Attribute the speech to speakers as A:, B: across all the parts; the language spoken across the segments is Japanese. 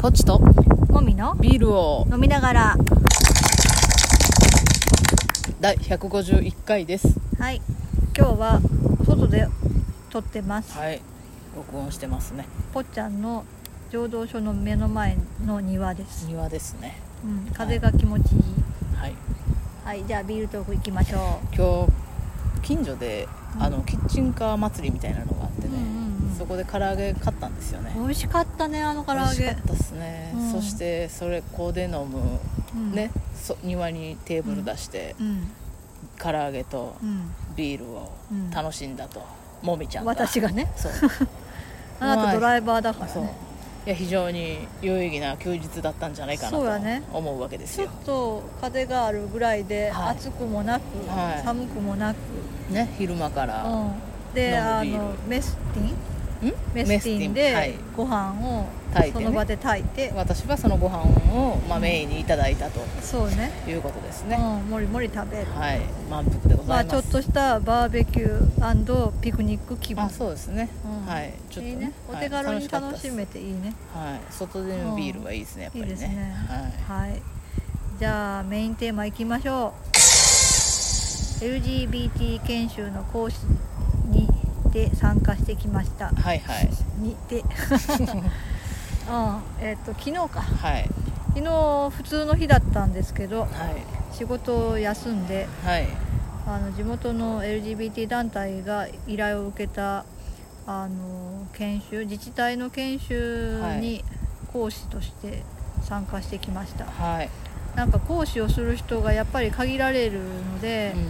A: ポチと
B: もみの
A: ビールを
B: 飲みながら
A: 第151回です
B: はい今日は外で撮ってます、
A: はい録音してますね
B: ぽっちゃんの浄土所の目の前の庭です、
A: 庭ですね
B: うん、風が気持ちいい
A: はい
B: はい、じゃあビールトーク行きましょ
A: 今日近所で、
B: うん
A: あのキッチンカー祭りみたいなのがあってね、
B: うんうんうん
A: そこで唐揚げ買ったんですよね
B: う美味しかったねあの唐揚
A: 美味しか
B: げ
A: ったですね、
B: うん
A: そしてそれこうで飲む、
B: うん
A: ねそ庭にテーブル出して、
B: うん
A: 唐揚げと
B: うん
A: ビールを
B: うん
A: 楽しんだと、もみちゃんが
B: 私がね
A: そう
B: あなたドライバーだから
A: そうい
B: ね
A: や非常に有意義な休日だったんじゃないかな
B: そうやね
A: と思うわけです
B: ちょ
A: よ
B: っ、と風があるぐらいで、
A: はい
B: 暑くもなく、
A: はい
B: 寒くもなく、
A: ね昼間から、
B: うん、で
A: 飲む
B: あ
A: ビール
B: のメスティン
A: ん
B: メスティン
A: は
B: で
A: い、
B: ご飯を
A: 炊いて
B: そ
A: ね
B: の場で炊いて、
A: 私はそのご飯を、まあ、メインにいただいたと
B: そうね
A: いうことです
B: う
A: ね、
B: んもりもり食べる
A: はい満腹でご
B: ま
A: ざ
B: あ
A: います、
B: ちょっとしたバーベキューピクニック気分
A: あそうですね、
B: うん
A: はいちょっと
B: いいねお
A: はい
B: 手軽に
A: かった
B: 楽
A: です
B: しめていいね
A: はい外でのビールはいいですね、
B: い
A: や
B: い
A: っぱ
B: で
A: り
B: す
A: ね
B: ね
A: はい
B: はいじゃあメインテーマいきましょう LGBT 研修の講師にて参加してきました
A: はいはい
B: にて うんえっと昨日か
A: はい
B: 昨日普通の日だったんですけど
A: はい
B: 仕事を休んで
A: はい
B: あの地元の LGBT 団体が依頼を受けたあの研修自治体の研修
A: は
B: に
A: い
B: 講師として参加してきました、
A: はい、
B: なんか講師をする人がやっぱり限られるので
A: う、ん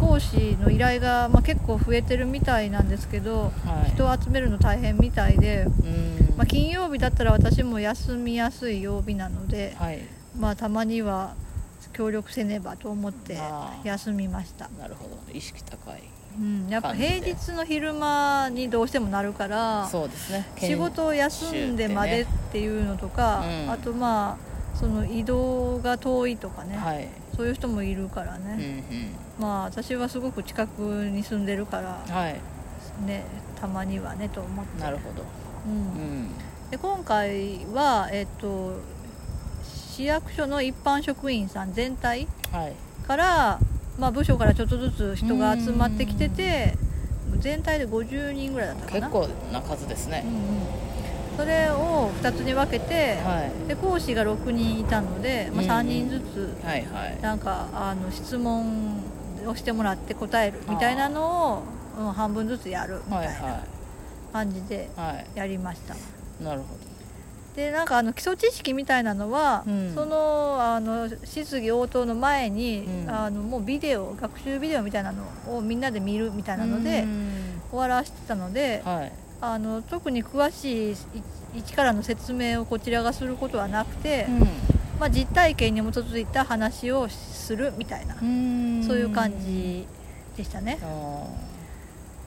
B: 講師の依頼が、まあ、結構増えてるみたいなんですけど、
A: はい
B: 人を集めるの大変みたいで、
A: うん
B: まあ、金曜日だったら私も休みやすい曜日なので、
A: はい
B: まあ、たまには協力せねばと思って
A: あー
B: 休みました。
A: なるほど意識高い
B: うん、やっぱ
A: 感じで
B: 平日の昼間にどうしてもなるから
A: そうですね
B: 仕事を休んでまでっていうのとか、
A: 研修ってねうん
B: あとまあその移動が遠いとかね、
A: はい、
B: そういう人もいるから
A: うんう
B: ね、
A: ん、
B: まあ私はすごく近くに住んでるから、
A: はい
B: ね、たまにはねと思って
A: なるほど、
B: う、
A: うんん、
B: で今回は、えっと市役所の一般職員さん全体
A: はい
B: から、まあ、部署からちょっとずつ人が集まってきてて全体で50人ぐらいだったかな
A: 結構な数です
B: う
A: ね、
B: んうんそれを2つに分けて、
A: はい
B: で講師が6人いたので、まあ、
A: うん
B: 3人ずつ
A: はいはい
B: なんかあの質問をしてもらって答えるみたいなのを、うん、半分ずつやるみ
A: は
B: た
A: い
B: いな
A: は
B: 感じで
A: いは
B: やりました、
A: いなるほ
B: でなんかあの基礎知識みたいなのは、
A: うん
B: そのあの質疑応答の前に、
A: うん
B: あのもうビデオ学習ビデオみたいなのをみんなで見るみた
A: ど
B: いなので、
A: うん
B: 終わらせてたので、
A: はい
B: あの特に詳しいい一からの説明をこちらがすることはなくて、まあ、実体験に基づいた話をするみたいな、
A: うん
B: そういう感じでしたね。
A: あ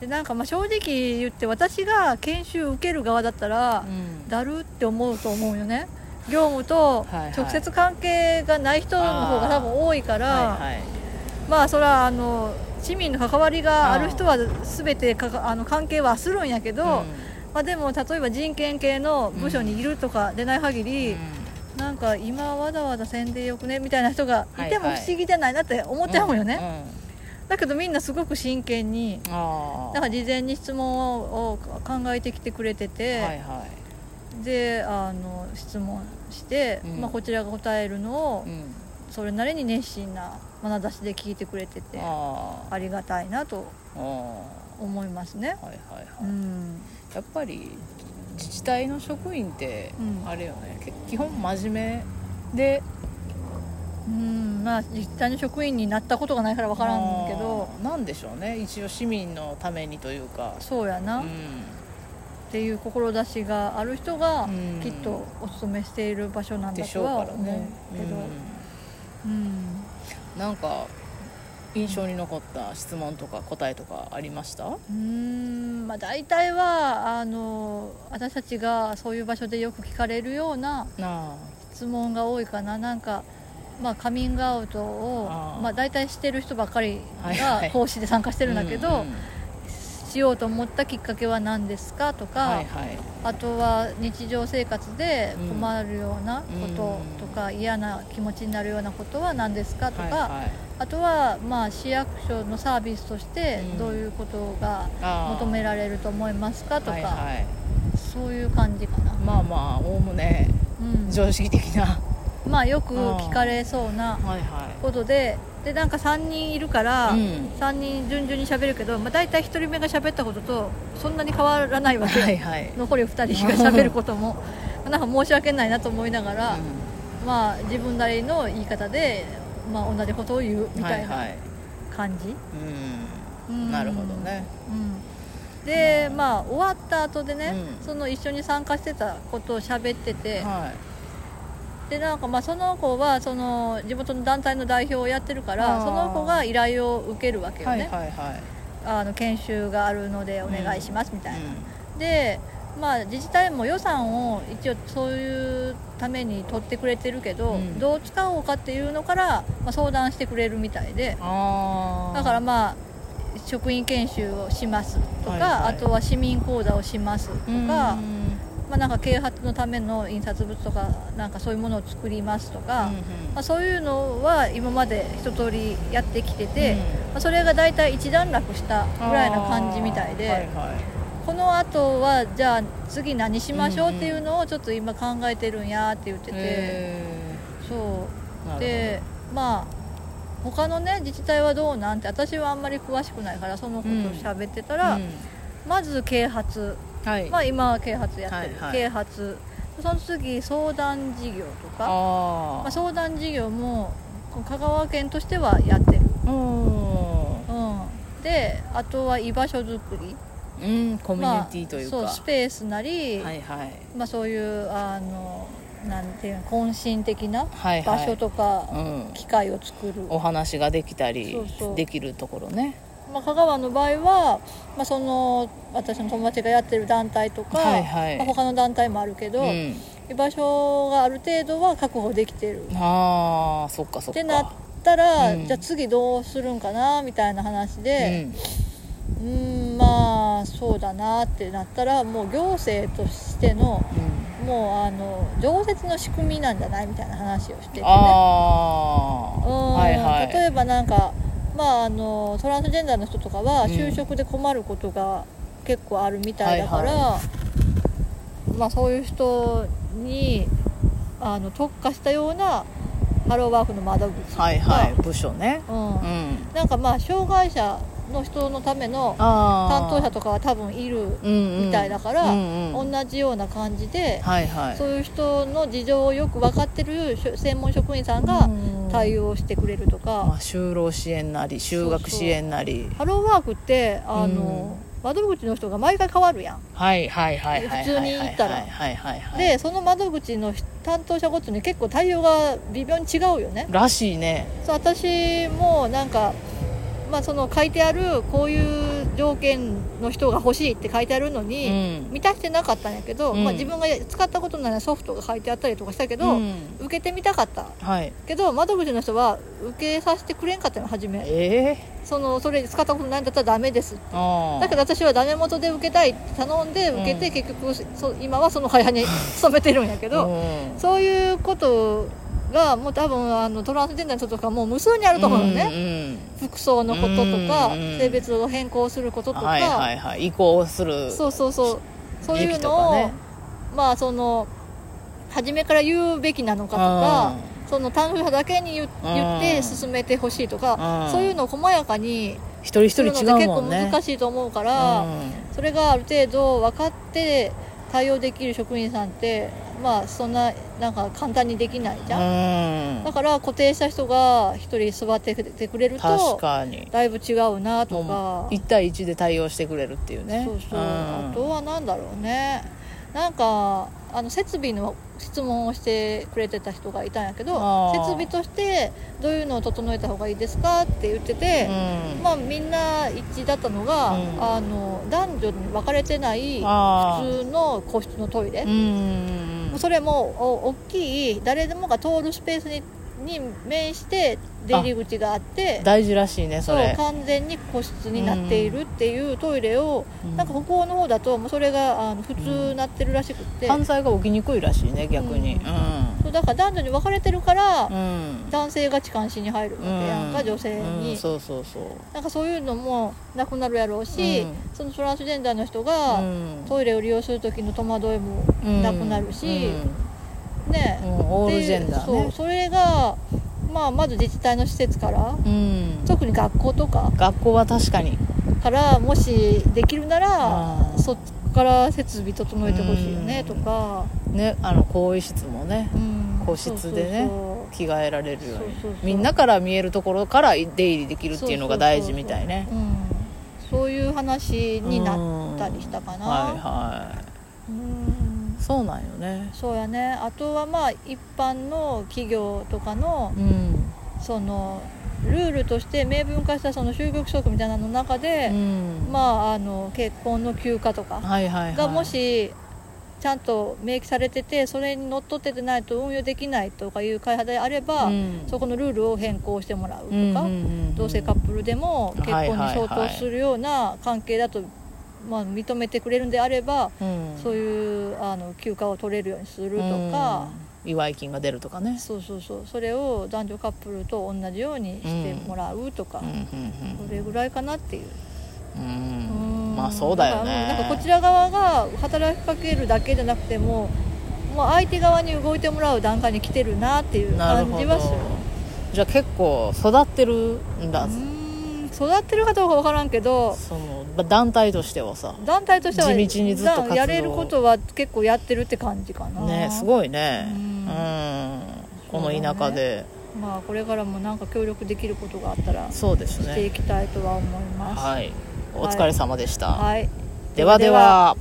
B: でなんかまあ正直言って私が研修受ける側だった
A: ー
B: ら
A: う、ん
B: だるって思うと思うよね業務と
A: はいはい
B: 直接関係がない人の方が多分多いから、
A: はいはい
B: まあそれはあの市民の関わりがある人は全てかかあの関係はするんやけど、まあ、でも例えば人権系の部署にいるとかでない限
A: うん
B: り、なんか今わざわざ宣伝よくねみたいな人がいても
A: はいはい
B: 不思議じゃないなって思っちゃうもんよね、
A: うんうん
B: だけどみんなすごく真剣に
A: あ
B: なんか事前に質問を考えてきてくれて
A: ら
B: て、
A: はいは
B: であの質問して、
A: うん
B: まあ、こちらが答えるのを
A: いうん
B: それなりに熱心な眼差しで聞いてくれててあ
A: あー
B: りがたいなと
A: あーは
B: 思いますね。
A: いはいうはい
B: ん
A: やっぱり自治体の職員って
B: うん
A: あれよねけ基本真面目で
B: うんまあ実際の職員になったことがないから分からんけど
A: あーなんでしょうね一応市民のためにというか
B: そうやな、
A: う
B: っ
A: ん
B: ていう志がある人が
A: うん
B: きっとお勤めしている場所なん
A: で
B: だ
A: しょう
B: と
A: か
B: は
A: ら
B: 思
A: ね、
B: うけど、うん
A: うんなんか印象に残った質問とか答えとかありました
B: うーんまあ、大体はあの私たちがそういう場所でよく聞かれるような
A: な
B: 質問が多いかななんか、まあ、カミングアウトを
A: あー
B: まあ、大体してる人ばっかり
A: はいは
B: が
A: い
B: 講師で参加しててるんだけど、
A: うんうん
B: ししようと思ったきっかけは何ですかとか、
A: はいはい
B: あとは日常生活で
A: うん
B: 困るようなこととか、嫌な気持ちになるようなことは何ですかとか、
A: はいはい
B: あとはまあ市役所のサービスとして
A: うん
B: どういうことが
A: あー
B: 求められると思いますかとか、
A: はいはい
B: そういう感じかな、
A: まあまあおおむね
B: うん
A: 常識的な、
B: まあよく聞かれそうな
A: はいは
B: ことででなんか3人いるから、
A: い、
B: 3人順々に喋るけど、まあ、大体1人目が喋ったこととそんなに変わらないわけ、
A: はいはい、
B: 残り2人が喋ることも なんか申し訳ないなと思いながら、まあ、自分なりの言い方で、まあ、同じことを言う
A: うん
B: みたい
A: は
B: ない
A: はい
B: 感じ、
A: う
B: うん
A: ん、なるほどね、
B: うんでまあ終わった後でね、
A: うん
B: その一緒に参加してたことを喋ってて、
A: は
B: でなんかまあその子はその地元の団体の代表をやってるから
A: あー
B: その子が依頼を受けるわけ
A: い、
B: よ
A: はい
B: ね、
A: はいはい
B: あの研修があるのでお願いしますみたいな、
A: う
B: で、まあ、自治体も予算を一応そういうために取ってくれてるけど、
A: うん
B: どう使おうかっていうのから、まあ、相談してくれるみたいで
A: ん、ああ
B: だからまあ職員研修をしますとか、
A: はいはい
B: あとは市民講座をしますとか,、
A: うん
B: まあ、なんか啓発のための印刷物とかなんかそういうものを作りますとか、
A: うんうん
B: まあ、そういうのは今まで一通りやってきてて、
A: うん
B: まあ、それが大体一段落したぐらいな感じみたいで。
A: あーはいはい
B: この後はじゃあ次何しましょう
A: うん
B: っ
A: うん
B: ていうのをちょっと今考えてるんやって言ってて、
A: え
B: そ
A: ーなるほ
B: う
A: ど
B: でまあ他のね自治体はどうなんて私はあんまり詳しくないからそのことを喋ってたら、
A: うん
B: まず啓発
A: はい、
B: ま
A: あ
B: あ今は啓発やってる、
A: はいはい
B: 啓発その次相談事業とか
A: あ
B: まあ、相談事業もこう香川県としてはやってる、
A: うう
B: うん、であとは居場所づくり
A: んコミュニティというか、
B: まあ、そうスペースなり、
A: はいはい
B: まあ、そういうあのなんていうの渾身的な
A: はい
B: 場
A: はい
B: 所とか
A: うん、
B: 機会を作る、
A: お話ができたり
B: そうそう
A: できるところね
B: まあ、香川の場合は、まあ、その私の友達がやってる団体とか、
A: はいはい
B: まあ他の団体もあるけど、
A: うん、
B: 居場所がある程度は確保できてるっ
A: ああそっかそっか
B: てなったら、
A: うん
B: じゃあ次どうするんかなみたいな話で
A: うん
B: うーんまあそうだなってなったらもう行政としての
A: うん
B: もうあの常設の仕組みなんじゃないみたいな話をしてて、ね。
A: ああ
B: うん
A: はいはい
B: 例えばなんか、まあ、あのトランスジェンダーの人とかは
A: うん
B: 就職で困ることが結構あるみたいだから、
A: はい
B: まあ、そういう人にあの特化したようなハローワークの窓口とか、
A: はいはい部署ねう
B: うん
A: ん
B: なんかまあ障害者の人のための
A: あ
B: 担当者
A: と
B: とかは多分いるみ
A: み
B: たいだから、
A: うんうん、
B: 同じような感じで、
A: はいはい
B: そういう人の事情をよく分かってるしょ専門職員さんが対応してくれるとか。
A: まあ、就労支援なり就学支援なり
B: ハローワークってあの、窓口の人が毎回変わるやん、
A: はいはいはいはい
B: 普通に行ったら
A: はいはいはいはい
B: でその窓口の担当者ごとに結構対応が微妙に違うよね
A: らしいね
B: そう私もなんか、まあ、その書いてあるこういう条件の人が欲しいって書いてあるの
A: う
B: に、
A: ん
B: 満たしてなかったんやけど、
A: うん
B: まあ、自分が使ったことのないソフトが書いてあったりとかしたけど、
A: うん
B: 受けてみたかった
A: はい
B: けど窓口の人は受けさせてくれんかったの初め
A: ええ
B: そのそれ使ったことないんだったらダメです
A: ああ
B: だけど私はダメ元で受けたいって頼んで受けて、
A: うん
B: 結局そ今はその早に 勤めてるんやけど、
A: うん
B: そういうことがもう多分あのトランスジェンダーの人とかもう無数にあると思うのね、服装のこととか、
A: うんうん
B: 性別を変更すること
A: うん
B: とか、
A: はいはいはい移行する
B: そうそうそうそうい
A: 時
B: う
A: 期と
B: のを、
A: かね
B: まあその初めから言うべきなのかとか、その担当者だけに言言って進めてほしいとか、
A: うん
B: そういうのを細やかに
A: うん一人一
B: す
A: 人
B: るのって
A: 違う
B: 結
A: も
B: 構
A: んね
B: 難しいと思うから。それがある程度分かって対応できる職員さんってまあそんななんか簡単にできないじゃん、
A: うん、う
B: だ
A: ん、
B: から固定した人が一人座っててくれる
A: 確
B: と
A: かに
B: だいぶ違うなと
A: も
B: か
A: う一対一で対応してくれるっていうね
B: そうそう、
A: ん
B: あとは何だろうねなんかあの設備の質問をしてくれてた人がいたんやけど
A: あー
B: 設備としてどういうのを整えた方がいいですかって言ってて、
A: うん
B: まあ、みんな一致だったのが、
A: うん
B: あの男女に分かれてない
A: あ
B: 普通の個室のトイレ、
A: うん
B: それもお大きい誰でもが通るスペースにに面して出入り口があって
A: 大事らしいね
B: そ
A: そうれ
B: 完全に個室になっているっていうトイレを、
A: うん
B: なんか北欧の方だともうそれがあの普通なってるらしくって、
A: 犯罪が起きにくいらしいね逆に
B: そうだから男女に分かれてるから、
A: うんうん
B: 男性が痴漢しに入るわけやんか、
A: うん
B: 女性に、
A: うんそうそうそう
B: なんかそういうのもなくなるやろうし、
A: うん
B: そのトランスジェンダーの人が、
A: うん
B: トイレを利用する時の戸惑いもなくなるし、ね、
A: うんうんオールジェンダー
B: そう
A: ね
B: それが、まあ、まず自治体の施設から
A: うん
B: 特に学校とか
A: 学校は確かに
B: からもしできるなら
A: あー
B: そっから設備整えてほしいよね
A: うん
B: とか、
A: ねあの更衣室もね
B: うん
A: 個室でね
B: そう
A: 着替えられるように
B: そうそうそう
A: みんなから見えるところから出入りできるっていうのが大事みたい
B: そう
A: ね
B: そうそううんそういう話になったりしたかな、
A: はいは
B: うん
A: いそうなんよね
B: そうやねあとはまあ一般の企業とかの
A: うん
B: そのルールとして明文化したその就業規則みたいなの中で、
A: うん
B: まああの結婚の休暇とか
A: はいはいはい
B: がもしちゃんと明記されててそれにのっとっててないと運用できないとかいう会派であれば、
A: うん
B: そこのルールを変更してもらうとか、
A: うんうんうん
B: 同性カップルでも結婚に相当するような関係だと、まあ、認めてくれるんであれば、
A: うん
B: そういうあの休暇を取れるようにするとか、
A: うん祝い金が出るとかね
B: そうそうそうそれを男女カップルと同じようにしてもらうとか
A: うん、
B: それぐらいかなっていう。
A: うんう
B: うん
A: うんんまあそうだよね
B: なんかうんなんかこちら側が働きかけるだけじゃなくてももう相手側に動いてもらう段階に来てるなっていう
A: な
B: 感
A: るほ
B: じ
A: ど
B: はする
A: じゃあ結構育ってるんだ
B: うん育ってるかどうか分からんけど
A: そのば団体としてはさ
B: 団体としては
A: 地道にずっと活動
B: だやれることは結構やってるって感じかな
A: ねす
B: い
A: ごいね
B: う
A: うんんこの田舎で
B: まあこれからもなんか協力できることがあったらし
A: そうです
B: てい
A: ね
B: きたいとは思います、
A: はいお疲れ様でした
B: はい
A: ではでは